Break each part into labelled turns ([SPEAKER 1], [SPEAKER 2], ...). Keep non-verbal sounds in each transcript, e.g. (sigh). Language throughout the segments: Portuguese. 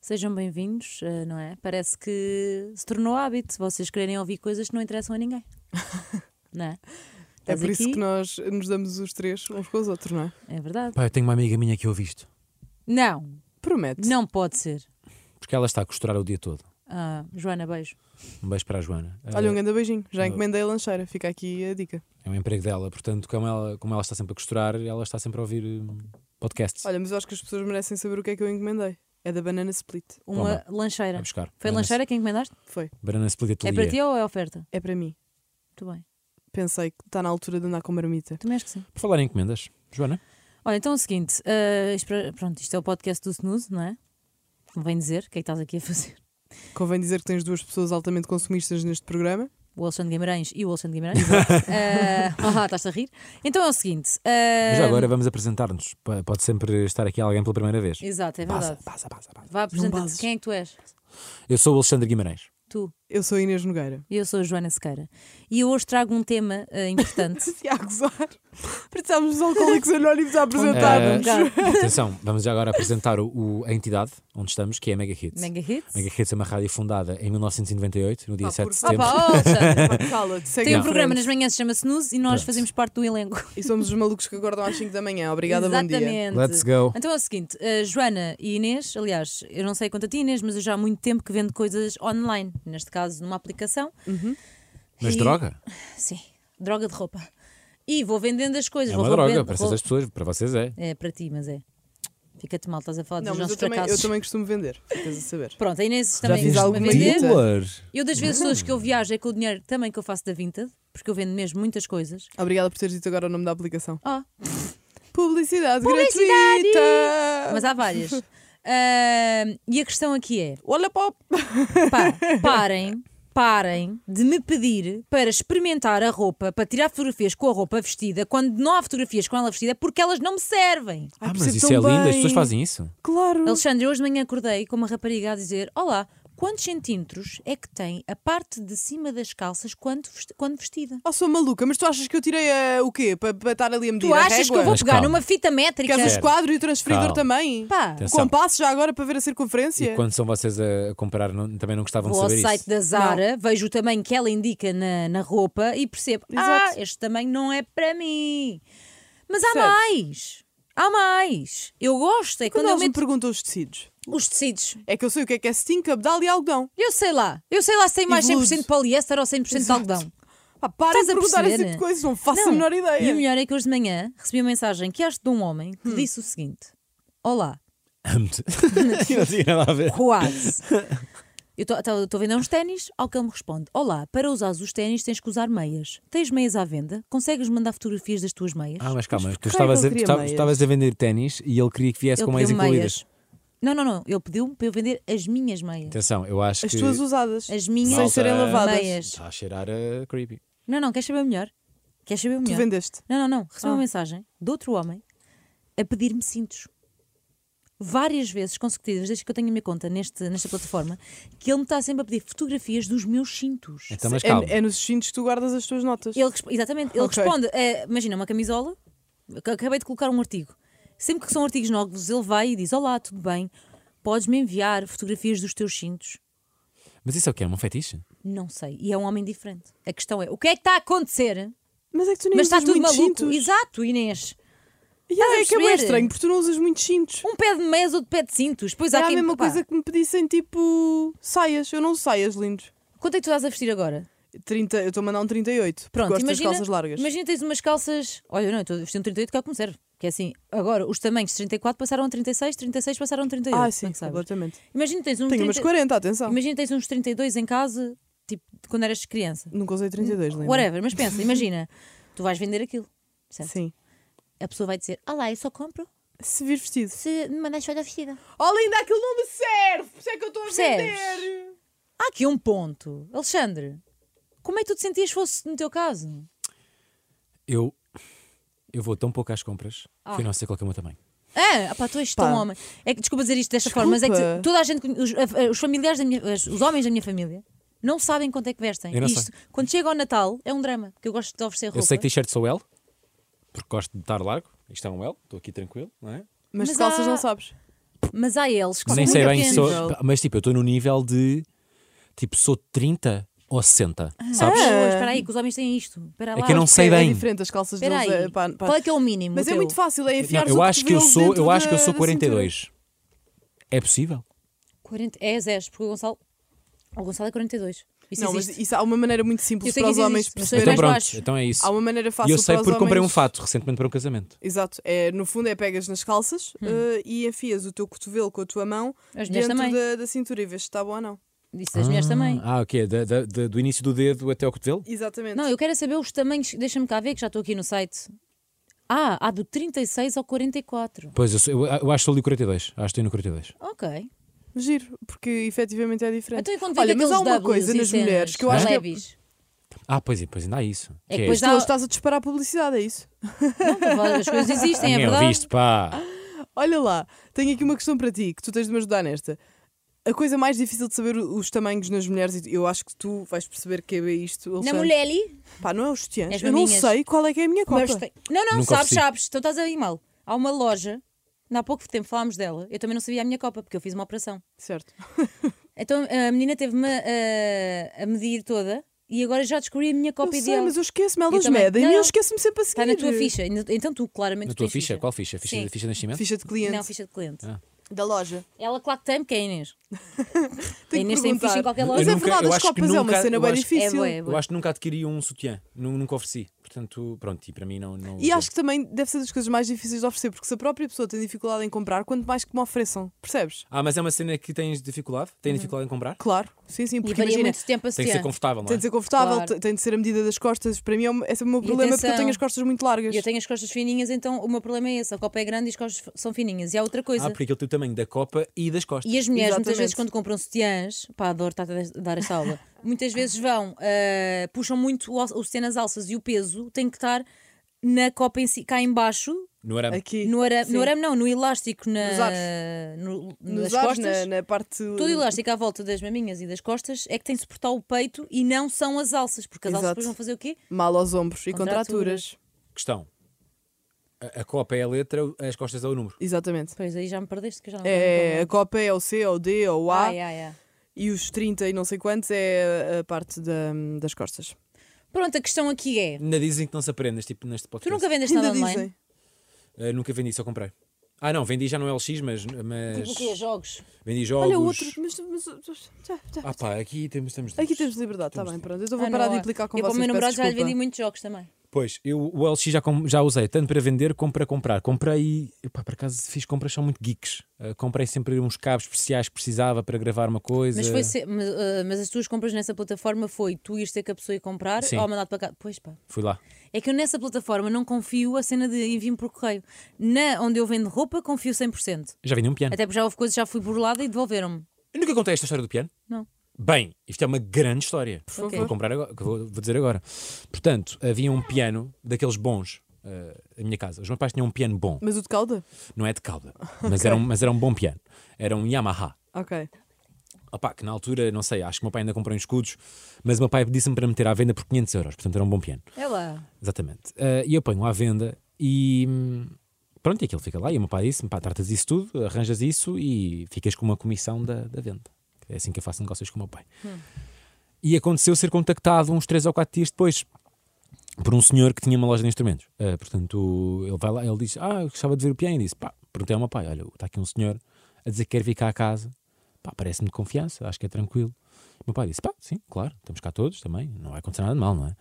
[SPEAKER 1] Sejam bem-vindos, eh, não é? Parece que se tornou hábito vocês quererem ouvir coisas que não interessam a ninguém. não é?
[SPEAKER 2] É
[SPEAKER 1] Estás
[SPEAKER 2] por isso
[SPEAKER 1] aqui?
[SPEAKER 2] que nós nos damos os três uns com os outros, não é?
[SPEAKER 1] É verdade.
[SPEAKER 3] Pá, eu tenho uma amiga minha que ouve isto,
[SPEAKER 1] Não,
[SPEAKER 2] Promete.
[SPEAKER 1] não pode ser.
[SPEAKER 3] porque ela está a costurar o dia todo.
[SPEAKER 1] Ah, Joana, beijo.
[SPEAKER 3] Um beijo para a Joana. Eh,
[SPEAKER 2] Olha, um grande beijinho. Já
[SPEAKER 3] Ah.
[SPEAKER 2] encomendei a lancheira, fica aqui a dica.
[SPEAKER 3] É um emprego dela, portanto, como ela, como ela está sempre a costurar, ela está sempre a ouvir hum, podcasts.
[SPEAKER 2] Olha, mas eu acho que as pessoas merecem saber o que é que eu encomendei. É da banana split.
[SPEAKER 1] Uma lancheira.
[SPEAKER 3] Vai buscar.
[SPEAKER 1] Foi
[SPEAKER 3] Banana-
[SPEAKER 1] lancheira quem encomendaste?
[SPEAKER 2] Foi.
[SPEAKER 3] Banana Split
[SPEAKER 1] É
[SPEAKER 3] Atelier.
[SPEAKER 1] para ti ou é oferta?
[SPEAKER 2] É para mim.
[SPEAKER 1] Muito bem.
[SPEAKER 2] Pensei que está na altura de andar com marmita.
[SPEAKER 1] Também acho que sim.
[SPEAKER 3] Por falar em encomendas, Joana,
[SPEAKER 1] Olha, então é o seguinte, ah, espera- pronto, isto é o podcast do Snooze, não é? Convém dizer, o que é que estás aqui a fazer?
[SPEAKER 2] Convém dizer que tens duas pessoas altamente consumistas neste programa.
[SPEAKER 1] O Alexandre Guimarães e o Alexandre Guimarães. Ah, (laughs) estás a rir? Então é o seguinte. ah,
[SPEAKER 3] mas já agora vamos apresentar-nos. P- Pode sempre estar aqui alguém pela primeira vez.
[SPEAKER 1] Exato, é
[SPEAKER 3] Passa,
[SPEAKER 1] verdade.
[SPEAKER 3] passa, passa, passa.
[SPEAKER 1] Vá apresentar-te.
[SPEAKER 2] bases.
[SPEAKER 1] Quem é que tu és?
[SPEAKER 3] Eu sou o
[SPEAKER 1] (laughs)
[SPEAKER 3] Alexandre Guimarães.
[SPEAKER 1] Tu.
[SPEAKER 2] Eu sou a Inês Nogueira. (laughs)
[SPEAKER 1] E eu sou a Joana Sequeira. E eu hoje trago um tema ah,
[SPEAKER 3] (laughs)
[SPEAKER 1] importante.
[SPEAKER 2] Se a gozar. Precisávamos dos alcoólicos anónimos a
[SPEAKER 1] um
[SPEAKER 3] Eh,
[SPEAKER 2] apresentar-nos.
[SPEAKER 3] atenção, vamos já agora apresentar o, o- a entidade onde estamos, que é a Mega Hits.
[SPEAKER 1] Mega Hits.
[SPEAKER 3] Mega Hits é uma rádio fundada em 1998, no dia
[SPEAKER 2] Ah,
[SPEAKER 3] 7
[SPEAKER 2] por
[SPEAKER 3] de
[SPEAKER 1] Ah,
[SPEAKER 3] setembro.
[SPEAKER 1] pá, oh,
[SPEAKER 3] (laughs)
[SPEAKER 1] Alexandre.
[SPEAKER 2] Cala-te, segue
[SPEAKER 1] Tem um
[SPEAKER 2] em
[SPEAKER 1] programa nas
[SPEAKER 2] frente.
[SPEAKER 1] manhãs que se chama Snooze e nós
[SPEAKER 3] Pronto.
[SPEAKER 1] fazemos parte do elenco.
[SPEAKER 2] E somos os malucos que acordam às 5 da manhã. (laughs) Obrigada, bom dia.
[SPEAKER 1] Exatamente.
[SPEAKER 3] Let's go.
[SPEAKER 1] Então é o seguinte, a Joana e Inês, aliás, eu não sei quanto a ti, Inês, mas eu já há muito tempo que vendo coisas online, neste caso numa aplicação.
[SPEAKER 3] Mas
[SPEAKER 1] E-
[SPEAKER 3] droga?
[SPEAKER 1] Sim, droga de roupa. E vou vendendo as coisas.
[SPEAKER 3] É
[SPEAKER 1] vou
[SPEAKER 3] uma droga,
[SPEAKER 1] roubando-
[SPEAKER 3] para
[SPEAKER 1] rou-
[SPEAKER 3] essas pessoas, para vocês é.
[SPEAKER 1] É para ti, mas é. Fica-te mal, estás a falar
[SPEAKER 2] Não,
[SPEAKER 1] dos
[SPEAKER 2] mas eu
[SPEAKER 1] nossos
[SPEAKER 2] também, eu
[SPEAKER 1] fracassos.
[SPEAKER 2] também costumo vender, ficas a saber.
[SPEAKER 1] Pronto, a Inês também
[SPEAKER 2] fiz
[SPEAKER 1] costuma
[SPEAKER 2] algum
[SPEAKER 1] vender.
[SPEAKER 2] tipo.
[SPEAKER 1] Eu das vezes todas que eu viajo é com o dinheiro também que eu faço da Vinted, porque eu vendo mesmo muitas coisas.
[SPEAKER 2] Obrigada por teres dito agora o nome da aplicação.
[SPEAKER 1] Ah,
[SPEAKER 2] Publicidade,
[SPEAKER 1] Publicidade!
[SPEAKER 2] gratuita!
[SPEAKER 1] Ah, mas é- há várias. Ahm, e a questão aqui é,
[SPEAKER 2] Olha pop!
[SPEAKER 1] pá, parem, parem de me pedir para experimentar a roupa, para tirar fotografias com a roupa vestida, quando não há fotografias com ela vestida, porque elas não me servem.
[SPEAKER 3] Ah, mas
[SPEAKER 2] percebo
[SPEAKER 3] isso é
[SPEAKER 2] tão
[SPEAKER 3] lindo, as
[SPEAKER 2] bem.
[SPEAKER 3] pessoas fazem isso.
[SPEAKER 2] Claro!
[SPEAKER 1] Alexandre, eu hoje de manhã acordei com uma rapariga a dizer: Olá, quantos centímetros é que tem a parte de cima das calças quando vest- quando vestida?
[SPEAKER 2] Oh, sou maluca, mas tu achas que eu tirei a- o quê? Para estar ali a medir
[SPEAKER 1] Tu
[SPEAKER 2] a
[SPEAKER 1] achas que
[SPEAKER 2] régua?
[SPEAKER 1] eu vou
[SPEAKER 3] Mas
[SPEAKER 1] pegar
[SPEAKER 3] calma.
[SPEAKER 1] numa fita métrica?
[SPEAKER 2] Queres o
[SPEAKER 3] Certo.
[SPEAKER 2] esquadro e o transferidor
[SPEAKER 3] Calma.
[SPEAKER 2] também?
[SPEAKER 1] Pá,
[SPEAKER 2] O
[SPEAKER 3] Atenção.
[SPEAKER 2] compasso já agora para ver a circunferência?
[SPEAKER 3] E quando são vocês a comparar, não- também não gostavam de
[SPEAKER 1] vou ao
[SPEAKER 3] saber
[SPEAKER 1] site
[SPEAKER 3] isso. (laughs)
[SPEAKER 1] da Zara, vejo o tamanho que ela indica na, na roupa e percebo:
[SPEAKER 2] Exato.
[SPEAKER 1] Ah, este tamanho não é para mim. Mas há
[SPEAKER 2] Certo.
[SPEAKER 1] mais. Há mais. Eu gosto. É
[SPEAKER 2] Quando
[SPEAKER 1] quando, eu
[SPEAKER 2] eles me
[SPEAKER 1] meto
[SPEAKER 2] perguntam os tecidos,
[SPEAKER 1] os tecidos.
[SPEAKER 2] é que eu sei o que é que é cetim, cabedal e algodão.
[SPEAKER 1] Eu sei lá. Eu sei lá se tem mais
[SPEAKER 2] veludo.
[SPEAKER 1] 100% de poliéster ou 100% de algodão.
[SPEAKER 2] Pá, para
[SPEAKER 1] Estás
[SPEAKER 2] de
[SPEAKER 1] a
[SPEAKER 2] perguntar esse
[SPEAKER 1] perceber?
[SPEAKER 2] tipo de coisas, não (laughs) faço
[SPEAKER 1] Tá Não.
[SPEAKER 2] a menor
[SPEAKER 1] E o
[SPEAKER 2] ideia. Hum.
[SPEAKER 1] melhor é que hoje de manhã recebi uma mensagem que acho de um homem que disse o seguinte: Olá,
[SPEAKER 3] Amo-te. Não tinha nada a ver. (laughs)
[SPEAKER 1] quase. Eu estou a vender é uns ténis, ao que ele me responde: Olá, para usares os ténis tens que usar meias. Tens meias à venda? Consegues mandar fotografias das tuas meias?
[SPEAKER 3] Ah, mas calma, tu
[SPEAKER 2] porquê é que ele
[SPEAKER 3] estavas a, tu
[SPEAKER 2] queria
[SPEAKER 3] estava-
[SPEAKER 2] meias?
[SPEAKER 3] estavas a vender ténis e ele queria que viesse
[SPEAKER 1] ele
[SPEAKER 3] com meias
[SPEAKER 1] pediu
[SPEAKER 3] incluídas.
[SPEAKER 1] meias. Não, não, não. Ele pediu-me para eu vender as minhas meias.
[SPEAKER 3] Atenção, eu acho
[SPEAKER 2] As
[SPEAKER 3] que.
[SPEAKER 2] tuas usadas.
[SPEAKER 1] As minhas
[SPEAKER 3] Malta,
[SPEAKER 2] sem serem lavadas.
[SPEAKER 1] meias.
[SPEAKER 3] Está a cheirar a creepy.
[SPEAKER 1] Não, não, queres saber melhor? Queres saber
[SPEAKER 2] Tu
[SPEAKER 1] melhor?
[SPEAKER 2] vendeste.
[SPEAKER 1] Não, não, não. Recebi
[SPEAKER 2] Ah.
[SPEAKER 1] uma mensagem de outro homem a pedir-me cintos. Várias vezes consecutivas, desde que eu tenho a minha conta neste, nesta plataforma, que ele me está sempre a pedir fotografias dos meus cintos.
[SPEAKER 3] Então, mas calma.
[SPEAKER 2] É, é nos cintos que tu guardas as tuas notas.
[SPEAKER 1] Ele, resp- exatamente, ele
[SPEAKER 2] Ok.
[SPEAKER 1] responde: eh, imagina, uma camisola, ac- acabei de colocar um artigo. Sempre que são artigos novos, ele vai e diz: Olá, tudo bem, podes-me enviar fotografias dos teus cintos?
[SPEAKER 3] Mas isso é o quê? É um fetiche?
[SPEAKER 1] Não sei. E é um homem diferente. A questão é: o que é que está a acontecer?
[SPEAKER 2] Mas é que tu nem
[SPEAKER 1] Mas está
[SPEAKER 2] usas
[SPEAKER 1] tudo
[SPEAKER 2] muitos
[SPEAKER 1] maluco.
[SPEAKER 2] cintos.
[SPEAKER 1] Exato, Inês.
[SPEAKER 2] E é que é bem
[SPEAKER 1] perceber?
[SPEAKER 2] estranho, porque tu não usas muitos cintos.
[SPEAKER 1] Um pé de meias, outro pé de cintos. Pois há
[SPEAKER 2] Era É a
[SPEAKER 1] quem.
[SPEAKER 2] mesma
[SPEAKER 1] pá,
[SPEAKER 2] coisa que me pedissem tipo saias. Eu não uso saias, lindos.
[SPEAKER 1] Quanto é que tu estás a vestir agora?
[SPEAKER 2] 30, eu estou a mandar um 38. porque
[SPEAKER 1] Pronto,
[SPEAKER 2] gosto
[SPEAKER 1] imagina,
[SPEAKER 2] das calças largas.
[SPEAKER 1] imagina tens umas calças. Olha, não, eu estou vestindo 38, que é o que me serve. Que é assim, agora os tamanhos de 34 passaram a 36, 36 passaram a 38.
[SPEAKER 2] ah,
[SPEAKER 1] como
[SPEAKER 2] sim,
[SPEAKER 1] é que sabes?
[SPEAKER 2] completamente.
[SPEAKER 1] Imagina tens um 30
[SPEAKER 2] Tenho umas 40, atenção.
[SPEAKER 1] Imagina tens uns 32 em casa, tipo, de quando eras criança.
[SPEAKER 2] Nunca usei 32, lembro.
[SPEAKER 1] Whatever, mas pensa, imagina, tu vais vender aquilo. Certo?
[SPEAKER 2] Sim.
[SPEAKER 1] A pessoa vai dizer: Olá, eu só compro
[SPEAKER 2] Se vir vestido.
[SPEAKER 1] se me mandares folha vestida.
[SPEAKER 2] Oh, linda, aquilo não me serve. Por isso é que eu estou a
[SPEAKER 1] Percebes?
[SPEAKER 2] vender.
[SPEAKER 1] Há aqui um ponto. Alexandre, como é que tu te sentias fosse no teu caso?
[SPEAKER 3] Eu. Eu vou tão pouco às compras que
[SPEAKER 1] Ah.
[SPEAKER 3] eu não sei qual que é o meu tamanho.
[SPEAKER 1] Ah, pá, tu és tão
[SPEAKER 2] Pá.
[SPEAKER 1] homem. É que, desculpa dizer isto desta forma, mas é que
[SPEAKER 2] Desculpa.
[SPEAKER 1] toda a gente, conhe- os, a- a- os familiares da minha, as- os homens da minha família, não sabem quanto é que vestem.
[SPEAKER 3] Eu não
[SPEAKER 1] Isto, quando chega ao Natal, é um drama, porque eu gosto de oferecer roupa.
[SPEAKER 3] Eu sei que t-shirt sou L, porque gosto de estar largo. Isto é um L, estou aqui tranquilo, não é?
[SPEAKER 2] Mas,
[SPEAKER 1] Mas
[SPEAKER 2] de calças
[SPEAKER 1] há-
[SPEAKER 2] não sabes.
[SPEAKER 1] Mas há eles que
[SPEAKER 3] Nem
[SPEAKER 1] são
[SPEAKER 3] sei
[SPEAKER 1] muito
[SPEAKER 3] bem se sou.
[SPEAKER 1] pequenos.
[SPEAKER 2] nível.
[SPEAKER 3] Mas tipo, eu estou no nível de. Tipo, sou 30 ou 60.
[SPEAKER 1] Ah,
[SPEAKER 3] Sabes?
[SPEAKER 1] pois, espera aí, que os homens têm isto. Espera lá.
[SPEAKER 3] É que eu não sei
[SPEAKER 2] É
[SPEAKER 3] bem.
[SPEAKER 2] diferente, as calças
[SPEAKER 1] Espera
[SPEAKER 2] deles.
[SPEAKER 1] aí.
[SPEAKER 2] é pá, pá.
[SPEAKER 1] Qual é que é o mínimo?
[SPEAKER 2] Mas
[SPEAKER 1] o
[SPEAKER 2] é
[SPEAKER 1] teu?
[SPEAKER 2] muito fácil, é enfiar
[SPEAKER 3] Não, eu acho que eu sou, eu acho que eu sou 42. É possível?
[SPEAKER 1] 40, é 10, porque o Gonçalo. O Gonçalo é 42. Isso
[SPEAKER 2] Não, mas
[SPEAKER 1] existe.
[SPEAKER 2] isso há uma maneira muito
[SPEAKER 1] Eu
[SPEAKER 2] simples
[SPEAKER 1] sei
[SPEAKER 2] para
[SPEAKER 1] que
[SPEAKER 2] os
[SPEAKER 1] isso
[SPEAKER 2] homens
[SPEAKER 1] existe, mas sou eu
[SPEAKER 3] Então
[SPEAKER 1] mais
[SPEAKER 3] pronto,
[SPEAKER 1] baixo.
[SPEAKER 3] então é isso.
[SPEAKER 2] Há uma maneira
[SPEAKER 3] E
[SPEAKER 2] fácil
[SPEAKER 3] eu sei
[SPEAKER 2] para os
[SPEAKER 3] porque comprei um
[SPEAKER 2] homens-
[SPEAKER 3] fato recentemente para um casamento.
[SPEAKER 2] Exato. É, no fundo é pegas nas calças eh, e enfias o teu cotovelo com a tua mão
[SPEAKER 1] Hum. As mulheres
[SPEAKER 2] dentro
[SPEAKER 1] também.
[SPEAKER 2] da, da cintura e vês se está bom ou não.
[SPEAKER 1] Isso das mulheres também.
[SPEAKER 3] Ah, ok. Da- da- da- do início do dedo até ao cotovelo?
[SPEAKER 2] Exatamente.
[SPEAKER 1] Não, eu quero é saber os tamanhos. Deixa-me cá ver, que já estou aqui no site. Ah, há do 36 ao 44.
[SPEAKER 3] Pois, eu, sou- eu, eu acho que sou ali 42. Acho que estou no 42.
[SPEAKER 1] Ok.
[SPEAKER 2] Giro, porque efetivamente é diferente.
[SPEAKER 1] Então, e quando vem
[SPEAKER 2] Olha,
[SPEAKER 1] aqueles
[SPEAKER 2] mas há uma
[SPEAKER 1] doubles
[SPEAKER 2] coisa
[SPEAKER 1] e
[SPEAKER 2] nas
[SPEAKER 1] cenas
[SPEAKER 2] mulheres que eu acho que é-
[SPEAKER 1] leves?
[SPEAKER 3] Ah, pois, e- pois ainda há
[SPEAKER 1] É
[SPEAKER 3] isso. que
[SPEAKER 1] que
[SPEAKER 3] é
[SPEAKER 1] depois
[SPEAKER 3] isto?
[SPEAKER 1] dá-
[SPEAKER 2] Tu estás a disparar publicidade, é isso?
[SPEAKER 1] Então, As coisas
[SPEAKER 3] (laughs)
[SPEAKER 1] existem, é
[SPEAKER 3] Ninguém
[SPEAKER 1] verdade. Ah,
[SPEAKER 3] ouve isto, pá.
[SPEAKER 2] Olha lá, tenho aqui uma questão para ti que tu tens de me ajudar nesta. A coisa mais difícil de saber o- os tamanhos nas mulheres, e eu acho que tu vais perceber que é isto.
[SPEAKER 1] Na
[SPEAKER 2] Alexandre.
[SPEAKER 1] mulher ali?
[SPEAKER 2] Pá, não é os tiãs.
[SPEAKER 1] Nas
[SPEAKER 2] Eu não
[SPEAKER 1] maminhas.
[SPEAKER 2] sei qual é que é a minha copa.
[SPEAKER 1] Mas tem- Não, não,
[SPEAKER 3] Nunca
[SPEAKER 1] sabes,
[SPEAKER 3] ofereci.
[SPEAKER 1] sabes. Então estás a ir mal. Há uma loja, há pouco tempo falámos dela, eu também não sabia a minha copa, porque eu fiz uma operação.
[SPEAKER 2] Certo.
[SPEAKER 1] Então a menina teve-me a, a medir toda e agora já descobri a minha
[SPEAKER 2] Eu
[SPEAKER 1] copa
[SPEAKER 2] sei,
[SPEAKER 1] ideal.
[SPEAKER 2] mas eu esqueço-me,
[SPEAKER 1] Eu
[SPEAKER 2] elas
[SPEAKER 1] também.
[SPEAKER 2] medem
[SPEAKER 1] Não,
[SPEAKER 2] e eu
[SPEAKER 1] não.
[SPEAKER 2] esqueço-me sempre a seguir.
[SPEAKER 1] Está na tua ficha. Então tu, claramente,
[SPEAKER 3] Na
[SPEAKER 1] tu
[SPEAKER 3] tua
[SPEAKER 1] tens
[SPEAKER 3] ficha? Qual ficha? Ficha,
[SPEAKER 1] Sim.
[SPEAKER 3] ficha de nascimento?
[SPEAKER 2] Ficha de cliente.
[SPEAKER 1] Não, ficha de cliente.
[SPEAKER 3] Ah.
[SPEAKER 2] Da loja.
[SPEAKER 1] Ela, claro que tem, porque é a Inês.
[SPEAKER 2] Tenho
[SPEAKER 1] a
[SPEAKER 2] que
[SPEAKER 1] Inês tem ficha
[SPEAKER 2] perguntar.
[SPEAKER 1] em qualquer
[SPEAKER 3] Eu
[SPEAKER 1] loja.
[SPEAKER 2] Mas é
[SPEAKER 3] nunca-
[SPEAKER 2] verdade,
[SPEAKER 3] eu
[SPEAKER 2] as
[SPEAKER 3] acho que
[SPEAKER 2] copas é uma
[SPEAKER 3] nunca-
[SPEAKER 2] cena
[SPEAKER 3] eu
[SPEAKER 2] bem
[SPEAKER 3] acho-
[SPEAKER 1] É
[SPEAKER 2] difícil.
[SPEAKER 1] boa, é
[SPEAKER 3] Eu
[SPEAKER 1] boa.
[SPEAKER 3] acho que nunca adquiri um sutiã. Nu- Nunca ofereci. Portanto, pronto, e para mim não. não
[SPEAKER 2] E acho que também deve ser das coisas mais difíceis de oferecer, porque se a própria pessoa tem dificuldade em comprar, quanto mais que me ofereçam, percebes?
[SPEAKER 3] Ah, mas é uma cena que tens dificuldade? Tem dificuldade em comprar?
[SPEAKER 2] Claro, sim, sim,
[SPEAKER 1] E
[SPEAKER 2] porque
[SPEAKER 1] varia
[SPEAKER 2] imagina,
[SPEAKER 1] muito tempo a
[SPEAKER 3] Tem que ser
[SPEAKER 1] sutiã.
[SPEAKER 3] confortável, não
[SPEAKER 2] tem
[SPEAKER 3] é?
[SPEAKER 2] de ser confortável,
[SPEAKER 1] Claro.
[SPEAKER 2] te- tem de ser a medida das costas. Para mim é, um, esse é o meu
[SPEAKER 1] E
[SPEAKER 2] problema porque eu
[SPEAKER 1] atenção.
[SPEAKER 2] tenho as costas muito largas.
[SPEAKER 1] E Eu tenho as costas fininhas, então o meu problema é esse. A copa é grande e as costas são fininhas. E há outra coisa.
[SPEAKER 3] Ah, porque ele tem o tamanho da copa e das costas.
[SPEAKER 1] E as mulheres, muitas
[SPEAKER 2] Exatamente.
[SPEAKER 1] vezes, quando compram sutiãs, pá, adoro estar a dar esta aula, (laughs) muitas vezes vão, ah, puxam muito o, al- o sutiã nas alças e o peso tem que estar na copa em si, cá em baixo,
[SPEAKER 3] Não era.
[SPEAKER 2] Aqui.
[SPEAKER 1] no arame,
[SPEAKER 2] Sim.
[SPEAKER 1] no arame não, no elástico, na,
[SPEAKER 2] Nos aros.
[SPEAKER 1] no- nas
[SPEAKER 2] Nos ares,
[SPEAKER 1] costas.
[SPEAKER 2] na, na parte.
[SPEAKER 1] Todo elástico à volta das maminhas e das costas é que tem de suportar o peito e não são as alças, porque as alças
[SPEAKER 2] Exato.
[SPEAKER 1] depois vão fazer o quê?
[SPEAKER 2] Mal aos ombros e
[SPEAKER 1] Contraturas.
[SPEAKER 2] contraturas.
[SPEAKER 3] Questão. A, a copa é a letra, as costas é o número.
[SPEAKER 2] Exatamente.
[SPEAKER 1] Pois aí já me perdeste, que eu já não
[SPEAKER 2] É, a copa é o C, ou o D, ou o A,
[SPEAKER 1] Ai, ai, ai.
[SPEAKER 2] e os 30 e não sei quantos é a parte da- das costas.
[SPEAKER 1] Pronto, a questão aqui é:
[SPEAKER 3] Ainda dizem que não se aprendas, tipo neste
[SPEAKER 1] tu
[SPEAKER 3] podcast.
[SPEAKER 1] nunca vendeste
[SPEAKER 2] Ainda
[SPEAKER 1] nada online?
[SPEAKER 2] dizem.
[SPEAKER 3] Ah, nunca vendi, só comprei. Ah, não, vendi já no LX, mas. mas
[SPEAKER 1] Tipo o quê? Jogos?
[SPEAKER 3] vendi jogos.
[SPEAKER 2] Olha, outro. Mas, mas- já- já-
[SPEAKER 3] Ah, pá, aqui temos. temos
[SPEAKER 2] Aqui temos liberdade, está bem, pronto. Eu então vou
[SPEAKER 1] Ah,
[SPEAKER 2] parar
[SPEAKER 1] não,
[SPEAKER 2] de
[SPEAKER 1] ah.
[SPEAKER 2] implicar com
[SPEAKER 1] Eu,
[SPEAKER 2] vocês.
[SPEAKER 1] para o meu
[SPEAKER 2] peço
[SPEAKER 1] namorado, já lhe
[SPEAKER 2] desculpa.
[SPEAKER 1] vendi muitos jogos também.
[SPEAKER 3] Pois, eu o LX já, com- já usei tanto para vender como para comprar. Comprei, epá, por acaso fiz compras são muito geeks. Ah, comprei sempre uns cabos especiais que precisava para gravar uma coisa.
[SPEAKER 1] Mas, foi se- mas, ah, mas as tuas compras nessa plataforma foi tu ires ter com a pessoa e comprar
[SPEAKER 3] Sim.
[SPEAKER 1] ou mandar para cá? Pois pá.
[SPEAKER 3] Fui lá.
[SPEAKER 1] É que eu nessa plataforma não confio a cena de envio-me por correio. Na onde eu vendo roupa, confio 100%.
[SPEAKER 3] Já vendi um piano.
[SPEAKER 1] Até porque já houve coisas, já fui burlada e devolveram-me.
[SPEAKER 3] Eu nunca contei esta história do piano?
[SPEAKER 1] Não.
[SPEAKER 3] Bem, isto é uma grande história. Por
[SPEAKER 1] favor.
[SPEAKER 3] Vou, comprar agora, que vou, vou dizer agora. Portanto, havia um piano daqueles bons. ah, a minha casa. Os meus pais tinham um piano bom,
[SPEAKER 2] Mas o de cauda?
[SPEAKER 3] não é de cauda, mas, era um, mas era um bom piano. Era um Yamaha.
[SPEAKER 2] Ok.
[SPEAKER 3] Opá, que na altura, não sei, acho que o meu pai ainda comprou em escudos, mas o meu pai disse-me para meter à venda por 500 euros, portanto era um bom piano.
[SPEAKER 1] É lá.
[SPEAKER 3] Exatamente. Ah, E eu ponho à venda e. hum, Pronto, e aquilo fica lá. E o meu pai disse-me: pá, tratas isso tudo, arranjas isso e ficas com uma comissão da, da venda. É assim que eu faço negócios com o meu pai. E aconteceu ser contactado uns 3 ou 4 dias depois por um senhor que tinha uma loja de instrumentos. Ah, portanto, ele vai lá, ele diz: Ah, eu gostava de ver o piano. E disse: pá, perguntei ao meu pai: olha, está aqui um senhor a dizer que quer vir cá a casa. Pá, parece-me de confiança, acho que é tranquilo. O meu pai disse: pá, sim, claro, estamos cá todos também, não vai acontecer nada de mal, não é?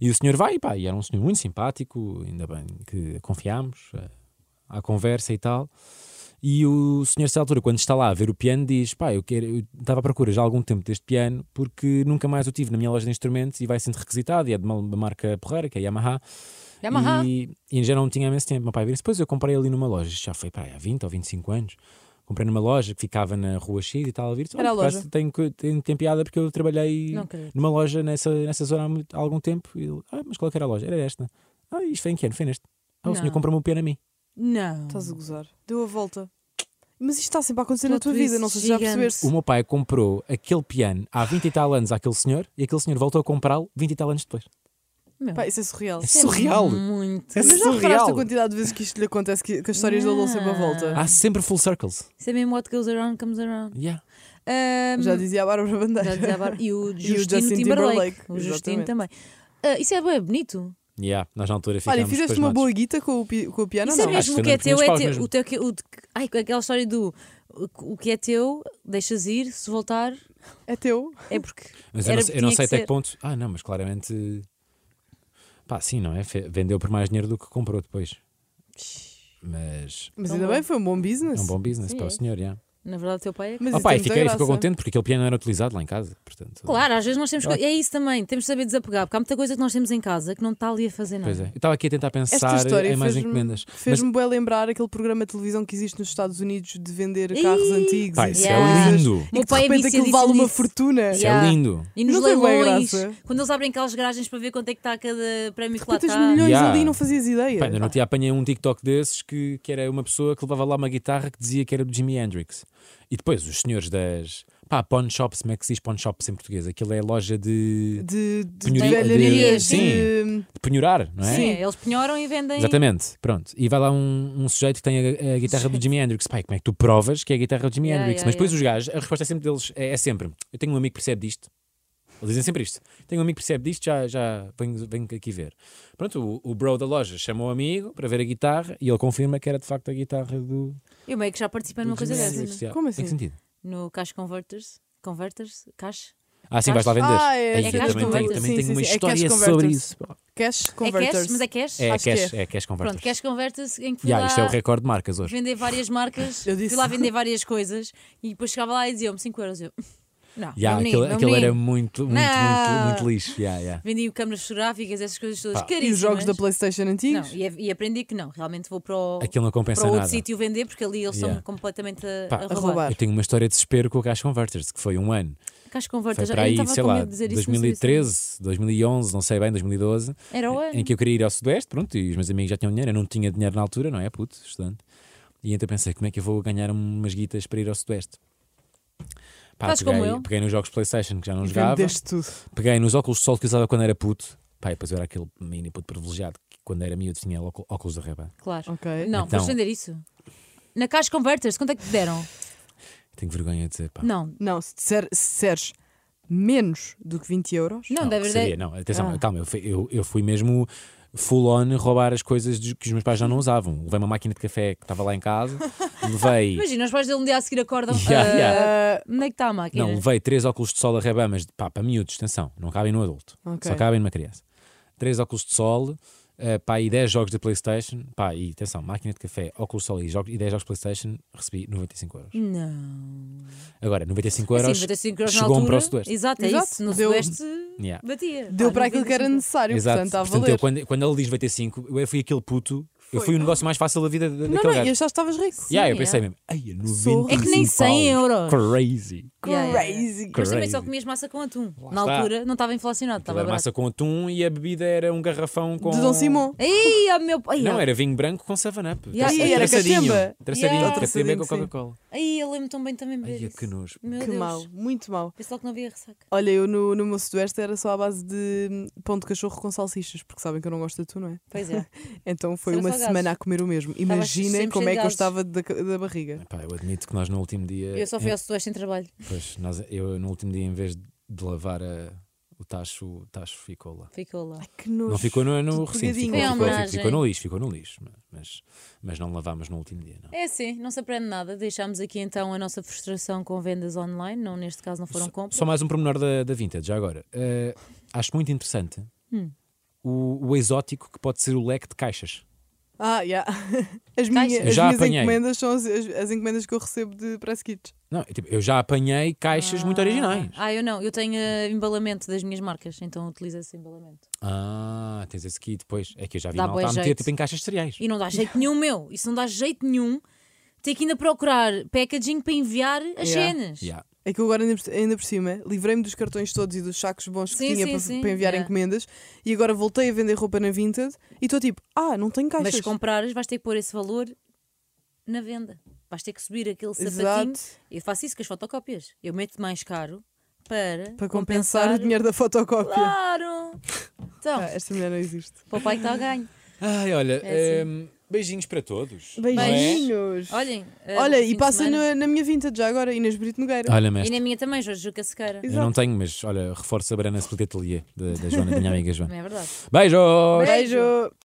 [SPEAKER 3] E o senhor vai, e pá, e era um senhor muito simpático, ainda bem que confiámos eh, à conversa e tal. E o senhor, nessa altura, quando está lá a ver o piano, diz: pá, eu, quero, eu estava à procura já há algum tempo deste piano porque nunca mais o tive na minha loja de instrumentos e vai sendo requisitado. E é de uma, uma marca porreira, que é a Yamaha.
[SPEAKER 1] Yamaha.
[SPEAKER 3] E, e já não tinha há imenso tempo. Meu pai disse: Pois eu comprei ali numa loja, isto já foi pá, há 20 ou 25 anos. Comprei numa loja que ficava na rua X e tal. Virtus.
[SPEAKER 2] Era a loja.
[SPEAKER 3] Tenho, co- tenho, tenho piada porque eu trabalhei
[SPEAKER 1] Não acredito.
[SPEAKER 3] numa loja nessa, nessa zona há, muito- há algum tempo. E ele, ah, mas qual é que era a loja? Era esta. Ah, isto foi em que ano? Foi neste. Ah, o
[SPEAKER 1] Não.
[SPEAKER 3] senhor comprou-me um piano a mim.
[SPEAKER 1] Não.
[SPEAKER 2] Estás a gozar. Deu a volta. Mas isto está sempre a acontecer na
[SPEAKER 1] Hum. Plot
[SPEAKER 2] tua vida, não sei se já
[SPEAKER 1] twist
[SPEAKER 2] percebeste.
[SPEAKER 3] O meu pai comprou aquele piano há 20 e tal anos àquele senhor e aquele senhor voltou a comprá-lo 20 e tal anos depois.
[SPEAKER 1] Meu,
[SPEAKER 2] Pá, isso é surreal.
[SPEAKER 3] É surreal.
[SPEAKER 1] Muito.
[SPEAKER 3] É
[SPEAKER 2] Mas já reparaste a
[SPEAKER 3] surreal. Ah,
[SPEAKER 2] quantidade de vezes que isto lhe acontece, que, que as histórias dele dão sempre a volta?
[SPEAKER 3] Há sempre full circles.
[SPEAKER 1] Isso é mesmo what goes around comes around.
[SPEAKER 3] Yeah.
[SPEAKER 1] Ahm,
[SPEAKER 2] Já dizia a Bárbara
[SPEAKER 1] Ah, hum. já
[SPEAKER 2] Bandeira.
[SPEAKER 1] dizia a Bar-
[SPEAKER 3] (laughs)
[SPEAKER 1] E o
[SPEAKER 2] o
[SPEAKER 1] Justino
[SPEAKER 2] Justin
[SPEAKER 1] Timberlake.
[SPEAKER 2] Timberlake,
[SPEAKER 1] O Justino
[SPEAKER 2] exatamente.
[SPEAKER 1] também. Ah, isso é bem bonito.
[SPEAKER 3] Yeah. Nós na altura ficámos
[SPEAKER 2] Olha, fizeste uma
[SPEAKER 3] pasmados.
[SPEAKER 2] boa guita com o, pi- com o piano?
[SPEAKER 1] Isso é
[SPEAKER 2] não?
[SPEAKER 3] acho
[SPEAKER 1] mesmo
[SPEAKER 3] que
[SPEAKER 1] o que é
[SPEAKER 3] andamos
[SPEAKER 1] teu,
[SPEAKER 3] pelos
[SPEAKER 1] é
[SPEAKER 3] paus
[SPEAKER 1] teu.
[SPEAKER 3] mesmo.
[SPEAKER 1] O teu que- o de- ai, com aquela história do o- o que é teu, deixas ir, se voltar,
[SPEAKER 2] É teu.
[SPEAKER 1] é porque.
[SPEAKER 3] Mas eu
[SPEAKER 1] Era-
[SPEAKER 3] não, sei- eu não
[SPEAKER 1] tinha
[SPEAKER 3] sei
[SPEAKER 1] que
[SPEAKER 3] até
[SPEAKER 1] ser.
[SPEAKER 3] que ponto. Ah, não, mas claramente. Pá, sim, não é? Fe- Vendeu por mais dinheiro do que comprou depois. Mas
[SPEAKER 2] Mas
[SPEAKER 1] Tão
[SPEAKER 2] ainda
[SPEAKER 1] bom.
[SPEAKER 2] bem, foi um bom
[SPEAKER 3] é
[SPEAKER 2] business.
[SPEAKER 3] um bom business
[SPEAKER 1] Sim,
[SPEAKER 3] para
[SPEAKER 1] é.
[SPEAKER 3] o senhor, yeah.
[SPEAKER 1] Na verdade, o teu pai é.
[SPEAKER 2] Mas
[SPEAKER 3] Ah,
[SPEAKER 2] isso
[SPEAKER 3] pá,
[SPEAKER 2] tem
[SPEAKER 3] e
[SPEAKER 2] muita
[SPEAKER 3] fiquei, ficou
[SPEAKER 2] graça.
[SPEAKER 3] contente porque aquele piano não era utilizado lá em casa. Portanto,
[SPEAKER 1] Claro, às vezes nós temos. co- É isso também, temos de saber desapegar, porque há muita coisa que nós temos em casa que não está ali a fazer nada.
[SPEAKER 3] Pois é. Eu estava aqui a tentar
[SPEAKER 2] Esta
[SPEAKER 3] pensar
[SPEAKER 2] história
[SPEAKER 3] em mais
[SPEAKER 2] fez-me-
[SPEAKER 3] encomendas. Mas,
[SPEAKER 2] Fez-me bem lembrar aquele programa de televisão que existe nos Estados Unidos de vender carros antigos.
[SPEAKER 3] pá,
[SPEAKER 2] e
[SPEAKER 3] isso
[SPEAKER 1] Yeah.
[SPEAKER 3] é
[SPEAKER 2] coisas.
[SPEAKER 3] lindo.
[SPEAKER 2] E
[SPEAKER 1] Meu
[SPEAKER 2] que
[SPEAKER 1] pai é
[SPEAKER 2] de repente aquilo
[SPEAKER 1] viciadíssimo
[SPEAKER 2] vale uma
[SPEAKER 1] nisso.
[SPEAKER 2] fortuna.
[SPEAKER 3] Isso
[SPEAKER 1] Yeah.
[SPEAKER 3] é lindo.
[SPEAKER 1] E nos
[SPEAKER 2] Não tem bué
[SPEAKER 1] leilões,
[SPEAKER 2] graça.
[SPEAKER 1] quando eles abrem aquelas garagens para ver quanto é que está cada prémio que lá
[SPEAKER 2] Tu tens
[SPEAKER 1] está.
[SPEAKER 2] milhões
[SPEAKER 3] Yeah.
[SPEAKER 2] ali e não fazias ideia.
[SPEAKER 3] Pá, ainda não tinha apanhei um TikTok desses que, que era uma pessoa que levava lá uma guitarra que dizia que era do Jimi Hendrix. E depois os senhores das. Pá, pawn shops, como é que se diz pawn shops em português? Aquilo é loja de,
[SPEAKER 2] de, de,
[SPEAKER 3] Penhori-
[SPEAKER 2] velharias,
[SPEAKER 1] de-
[SPEAKER 2] de-
[SPEAKER 3] de penhorar, não é?
[SPEAKER 1] Sim, eles penhoram e vendem.
[SPEAKER 3] Exatamente, pronto. E vai lá um, um sujeito que tem a, a guitarra do Jimi Hendrix. Pai, como é que tu provas que é a guitarra do Jimi
[SPEAKER 1] Yeah,
[SPEAKER 3] Hendrix?
[SPEAKER 1] yeah,
[SPEAKER 3] Mas depois os gajos, a resposta é sempre deles, é, é sempre: eu tenho um amigo que percebe disto. Eles dizem sempre isto. Tenho um amigo que percebe disto, já, já venho, venho aqui ver. Pronto, o, o bro da loja chamou o amigo para ver a guitarra e ele confirma que era de facto a guitarra do.
[SPEAKER 1] Eu meio que já participei
[SPEAKER 3] do
[SPEAKER 1] numa coisa
[SPEAKER 3] Jimi
[SPEAKER 1] dessa.
[SPEAKER 3] Hendrix,
[SPEAKER 1] não?
[SPEAKER 3] yeah.
[SPEAKER 2] Como
[SPEAKER 3] Em
[SPEAKER 2] assim?
[SPEAKER 3] que sentido?
[SPEAKER 1] No Cash Converters. Converters? Cash?
[SPEAKER 3] Ah, sim, vais lá vender.
[SPEAKER 2] Ah, é,
[SPEAKER 3] Aí
[SPEAKER 1] é cash
[SPEAKER 3] eu também tenho,
[SPEAKER 1] converters.
[SPEAKER 3] também
[SPEAKER 2] Sim,
[SPEAKER 3] tenho
[SPEAKER 2] sim,
[SPEAKER 3] uma
[SPEAKER 2] sim, é
[SPEAKER 3] história
[SPEAKER 2] cash
[SPEAKER 3] sobre
[SPEAKER 2] converters.
[SPEAKER 3] isso.
[SPEAKER 2] Cash
[SPEAKER 1] É
[SPEAKER 2] converters.
[SPEAKER 1] cash, mas é cash?
[SPEAKER 3] É
[SPEAKER 2] Acho que
[SPEAKER 3] cash,
[SPEAKER 2] é.
[SPEAKER 3] é cash converters.
[SPEAKER 1] Pronto, Cash Converters em que fui
[SPEAKER 3] Yeah,
[SPEAKER 1] lá
[SPEAKER 3] Isto é o recorde de marcas hoje.
[SPEAKER 1] vender várias marcas,
[SPEAKER 2] Eu disse.
[SPEAKER 1] fui lá vender várias coisas e depois chegava lá e diziam-me 5 euros. Eu, (laughs) não,
[SPEAKER 3] Yeah,
[SPEAKER 1] não
[SPEAKER 3] aquilo
[SPEAKER 1] menino, não
[SPEAKER 3] aquilo era
[SPEAKER 1] menino.
[SPEAKER 3] muito, muito,
[SPEAKER 1] Não.
[SPEAKER 3] muito, muito lixo. Yeah, yeah.
[SPEAKER 1] Vendi câmaras fotográficas, essas coisas todas
[SPEAKER 3] Pá,
[SPEAKER 2] E
[SPEAKER 1] caríssimas.
[SPEAKER 2] os jogos da Playstation
[SPEAKER 1] não,
[SPEAKER 2] antigos?
[SPEAKER 1] e, e aprendi que não, realmente vou para o,
[SPEAKER 3] Aquilo não compensa
[SPEAKER 1] para outro
[SPEAKER 3] nada.
[SPEAKER 1] sítio vender porque ali eles são
[SPEAKER 3] Yeah.
[SPEAKER 1] completamente a,
[SPEAKER 3] Pá,
[SPEAKER 1] a
[SPEAKER 3] a
[SPEAKER 1] roubar.
[SPEAKER 2] roubar.
[SPEAKER 3] Eu tenho uma história de desespero com o Cash Converters, que foi um ano.
[SPEAKER 1] Cash Converters,
[SPEAKER 3] Foi
[SPEAKER 1] já-
[SPEAKER 3] para
[SPEAKER 1] eu
[SPEAKER 3] aí,
[SPEAKER 1] estava
[SPEAKER 3] sei
[SPEAKER 1] com
[SPEAKER 3] lá,
[SPEAKER 1] medo de dizer isso, não sabia se-
[SPEAKER 3] 2013, 2011, não sei bem, 2012,
[SPEAKER 1] Era o ano.
[SPEAKER 3] em que eu queria ir ao Sudoeste, pronto, e os meus amigos já tinham dinheiro. Eu não tinha dinheiro na altura, não é? Puto, estudante. E então pensei, como é que eu vou ganhar umas guitas para ir ao Sudoeste? Pá,
[SPEAKER 1] Fazes
[SPEAKER 3] peguei,
[SPEAKER 1] como eu.
[SPEAKER 3] peguei nos jogos PlayStation que já não
[SPEAKER 2] E
[SPEAKER 3] jogava,
[SPEAKER 2] vendeste tudo.
[SPEAKER 3] peguei nos óculos de sol que usava quando era puto. Pá, e depois eu era aquele mini puto privilegiado que quando era miúdo tinha óculo- óculos da Ray-Ban.
[SPEAKER 1] Claro.
[SPEAKER 2] Ok.
[SPEAKER 1] Não,
[SPEAKER 3] Então-
[SPEAKER 1] vou vender isso. Na Cash Converters, quanto é que te deram?
[SPEAKER 3] Tenho vergonha de dizer, pá.
[SPEAKER 1] Não,
[SPEAKER 2] Não, se disser- se disseres menos do que 20 euros,
[SPEAKER 1] não,
[SPEAKER 3] Não,
[SPEAKER 1] deve
[SPEAKER 3] que
[SPEAKER 1] dar.
[SPEAKER 3] seria, não, atenção,
[SPEAKER 2] Ah.
[SPEAKER 3] calma, eu fui, eu- eu fui mesmo full on roubar as coisas de- que os meus pais já não usavam. Levei uma máquina de café que estava lá em casa,
[SPEAKER 1] (laughs)
[SPEAKER 3] levei.
[SPEAKER 1] Imagina, os pais dele um dia a seguir acordam.
[SPEAKER 3] (laughs) Yeah,
[SPEAKER 1] ah,
[SPEAKER 2] yeah.
[SPEAKER 1] Onde é que está a máquina?
[SPEAKER 3] Não, levei três óculos de sol a Ray-Ban, mas pá, para miúdos, atenção, não cabem no adulto,
[SPEAKER 2] Ok.
[SPEAKER 3] só cabem numa criança. Três óculos de sol, eh, pá, e 10 jogos da PlayStation, pá, e atenção, máquina de café, óculos de sol e, jogos, e 10 jogos de PlayStation, recebi 95 euros.
[SPEAKER 1] Não.
[SPEAKER 3] Agora, 95
[SPEAKER 1] Assim,
[SPEAKER 3] euros.
[SPEAKER 1] 95 euros na
[SPEAKER 3] chegou um
[SPEAKER 1] altura.
[SPEAKER 3] para o Sudoeste.
[SPEAKER 1] Exato, é
[SPEAKER 2] Exato.
[SPEAKER 1] isso. No
[SPEAKER 2] Deu-
[SPEAKER 1] Sudoeste
[SPEAKER 3] Yeah.
[SPEAKER 1] batia.
[SPEAKER 2] deu
[SPEAKER 1] Ah,
[SPEAKER 2] para aquilo que era
[SPEAKER 1] 95.
[SPEAKER 2] necessário,
[SPEAKER 3] Exato,
[SPEAKER 2] portanto, está a
[SPEAKER 3] portanto,
[SPEAKER 2] valer.
[SPEAKER 3] eu, quando, quando ele diz 95, eu fui aquele puto, eu
[SPEAKER 2] Foi.
[SPEAKER 3] fui o negócio mais fácil da vida da- daquele
[SPEAKER 2] Não, não,
[SPEAKER 3] gajo.
[SPEAKER 2] e já estavas rico.
[SPEAKER 3] yeah, eu
[SPEAKER 1] yeah.
[SPEAKER 3] pensei mesmo, ai, 95
[SPEAKER 2] Surra.
[SPEAKER 1] É que nem 100
[SPEAKER 3] paus.
[SPEAKER 1] euros.
[SPEAKER 3] Crazy.
[SPEAKER 1] Yeah, yeah, yeah.
[SPEAKER 2] Crazy.
[SPEAKER 1] Mas também só
[SPEAKER 3] Crazy.
[SPEAKER 1] comias massa com atum.
[SPEAKER 3] Lá
[SPEAKER 1] Na
[SPEAKER 3] está.
[SPEAKER 1] altura não estava inflacionado,
[SPEAKER 3] Aquela
[SPEAKER 1] estava barato.
[SPEAKER 3] massa com atum e a bebida era um garrafão com.
[SPEAKER 2] De Dom Simão.
[SPEAKER 1] Ei, ah, meu pai.
[SPEAKER 3] Não, era vinho branco com 7-up.
[SPEAKER 1] Yeah,
[SPEAKER 2] yeah, era
[SPEAKER 3] traçadinho.
[SPEAKER 2] cachemba.
[SPEAKER 3] Traçadinho,
[SPEAKER 1] Yeah.
[SPEAKER 3] traçadinho
[SPEAKER 2] Traçadinho,
[SPEAKER 3] com
[SPEAKER 2] sim.
[SPEAKER 3] Coca-Cola.
[SPEAKER 1] Ai, eu lembro tão bem também beber
[SPEAKER 3] Ai, é
[SPEAKER 1] isso.
[SPEAKER 3] que nojo.
[SPEAKER 1] Meu
[SPEAKER 2] Que
[SPEAKER 1] Deus.
[SPEAKER 2] mal, muito mal.
[SPEAKER 1] Pensei logo que não havia ressaca.
[SPEAKER 2] Olha, eu no, no meu sudoeste era só à base de hum, pão de cachorro com salsichas, porque sabem que eu não gosto de tu, não é?
[SPEAKER 1] (laughs) Pois é.
[SPEAKER 2] Então foi
[SPEAKER 1] Era
[SPEAKER 2] uma
[SPEAKER 1] só gases.
[SPEAKER 2] semana a comer o mesmo. Imaginem
[SPEAKER 1] sempre
[SPEAKER 2] como
[SPEAKER 1] cheio
[SPEAKER 2] é que
[SPEAKER 1] de
[SPEAKER 2] eu
[SPEAKER 1] gases.
[SPEAKER 2] estava da, da barriga.
[SPEAKER 3] Pá, eu admito que nós no último dia.
[SPEAKER 1] Eu só fui
[SPEAKER 3] em-
[SPEAKER 1] ao Sudoeste sem trabalho.
[SPEAKER 3] pois, nós, eu no último dia, em vez de lavar a- o tacho, o tacho ficou lá.
[SPEAKER 1] Ficou lá.
[SPEAKER 2] Ai, que nojo.
[SPEAKER 3] Não ficou no, no
[SPEAKER 2] tudo
[SPEAKER 3] recinto,
[SPEAKER 2] pegadinho.
[SPEAKER 3] ficou,
[SPEAKER 1] Foi uma
[SPEAKER 3] ficou,
[SPEAKER 1] homenagem.
[SPEAKER 3] ficou no lixo, ficou no lixo. Mas, mas não lavámos no último dia, não.
[SPEAKER 1] É assim, não se aprende nada. Deixámos aqui então a nossa frustração com vendas online. Não, neste caso não foram
[SPEAKER 3] Só-
[SPEAKER 1] compras.
[SPEAKER 3] Só mais um pormenor da, da Vintage, já agora. Eh, acho muito interessante
[SPEAKER 1] Hum.
[SPEAKER 3] o, o exótico que pode ser o leque de caixas.
[SPEAKER 2] Ah, já. (laughs) As,
[SPEAKER 1] Caixa.
[SPEAKER 2] minha,
[SPEAKER 3] Eu
[SPEAKER 2] as
[SPEAKER 3] já
[SPEAKER 2] minhas
[SPEAKER 3] apanhei.
[SPEAKER 2] encomendas são as, as- as encomendas que eu recebo de press kits.
[SPEAKER 3] Não, eu, tipo, eu já apanhei caixas muito originais.
[SPEAKER 1] Ah, eu não. Eu tenho eh, embalamento das minhas marcas, então utilizo esse embalamento.
[SPEAKER 3] Ah, tens esse aqui depois. É que eu já vi
[SPEAKER 1] Dá bué
[SPEAKER 3] malta a meter
[SPEAKER 1] jeito.
[SPEAKER 3] tipo, em caixas de cereais.
[SPEAKER 1] E
[SPEAKER 3] (laughs)
[SPEAKER 1] não dá jeito nenhum, meu. Isso não dá jeito nenhum. Ter que ainda procurar packaging para enviar as
[SPEAKER 2] Yeah.
[SPEAKER 1] cenas.
[SPEAKER 3] Yeah.
[SPEAKER 2] É que eu agora, ainda por, ainda por cima, livrei-me dos cartões todos e dos sacos bons que
[SPEAKER 1] Sim,
[SPEAKER 2] tinha
[SPEAKER 1] sim,
[SPEAKER 2] para,
[SPEAKER 1] sim,
[SPEAKER 2] para enviar
[SPEAKER 1] já.
[SPEAKER 2] encomendas e agora voltei a vender roupa na Vinted e estou tipo, ah, não tenho caixas.
[SPEAKER 1] Mas se comprares, vais ter que pôr esse valor na venda. Vais ter que subir aquele sapatinho.
[SPEAKER 2] Exato.
[SPEAKER 1] Eu faço isso com as fotocópias. Eu meto mais caro para, Ah,
[SPEAKER 2] Para compensar, o dinheiro da fotocópia.
[SPEAKER 1] Claro! Então,
[SPEAKER 2] Ah, esta mulher não existe.
[SPEAKER 1] para o pai que está a ganho.
[SPEAKER 3] Ai, olha,
[SPEAKER 1] É
[SPEAKER 3] hum, beijinhos para todos. Não é?
[SPEAKER 2] Beijinhos.
[SPEAKER 1] Olhem. eh,
[SPEAKER 2] Olha,
[SPEAKER 1] fim
[SPEAKER 2] e
[SPEAKER 1] de
[SPEAKER 2] passa
[SPEAKER 1] semana.
[SPEAKER 2] na, na minha vinta já agora, Inês Brito Nogueira.
[SPEAKER 3] é? Olha,
[SPEAKER 1] E
[SPEAKER 3] mestre,
[SPEAKER 1] na minha também, Jorge Juca Sequeira.
[SPEAKER 3] eu não
[SPEAKER 1] (laughs)
[SPEAKER 3] tenho, mas olha, reforço a Brana Split Atelier da, da Joana, da minha amiga Joana.
[SPEAKER 1] Não é verdade?
[SPEAKER 3] Beijos!
[SPEAKER 2] Beijo.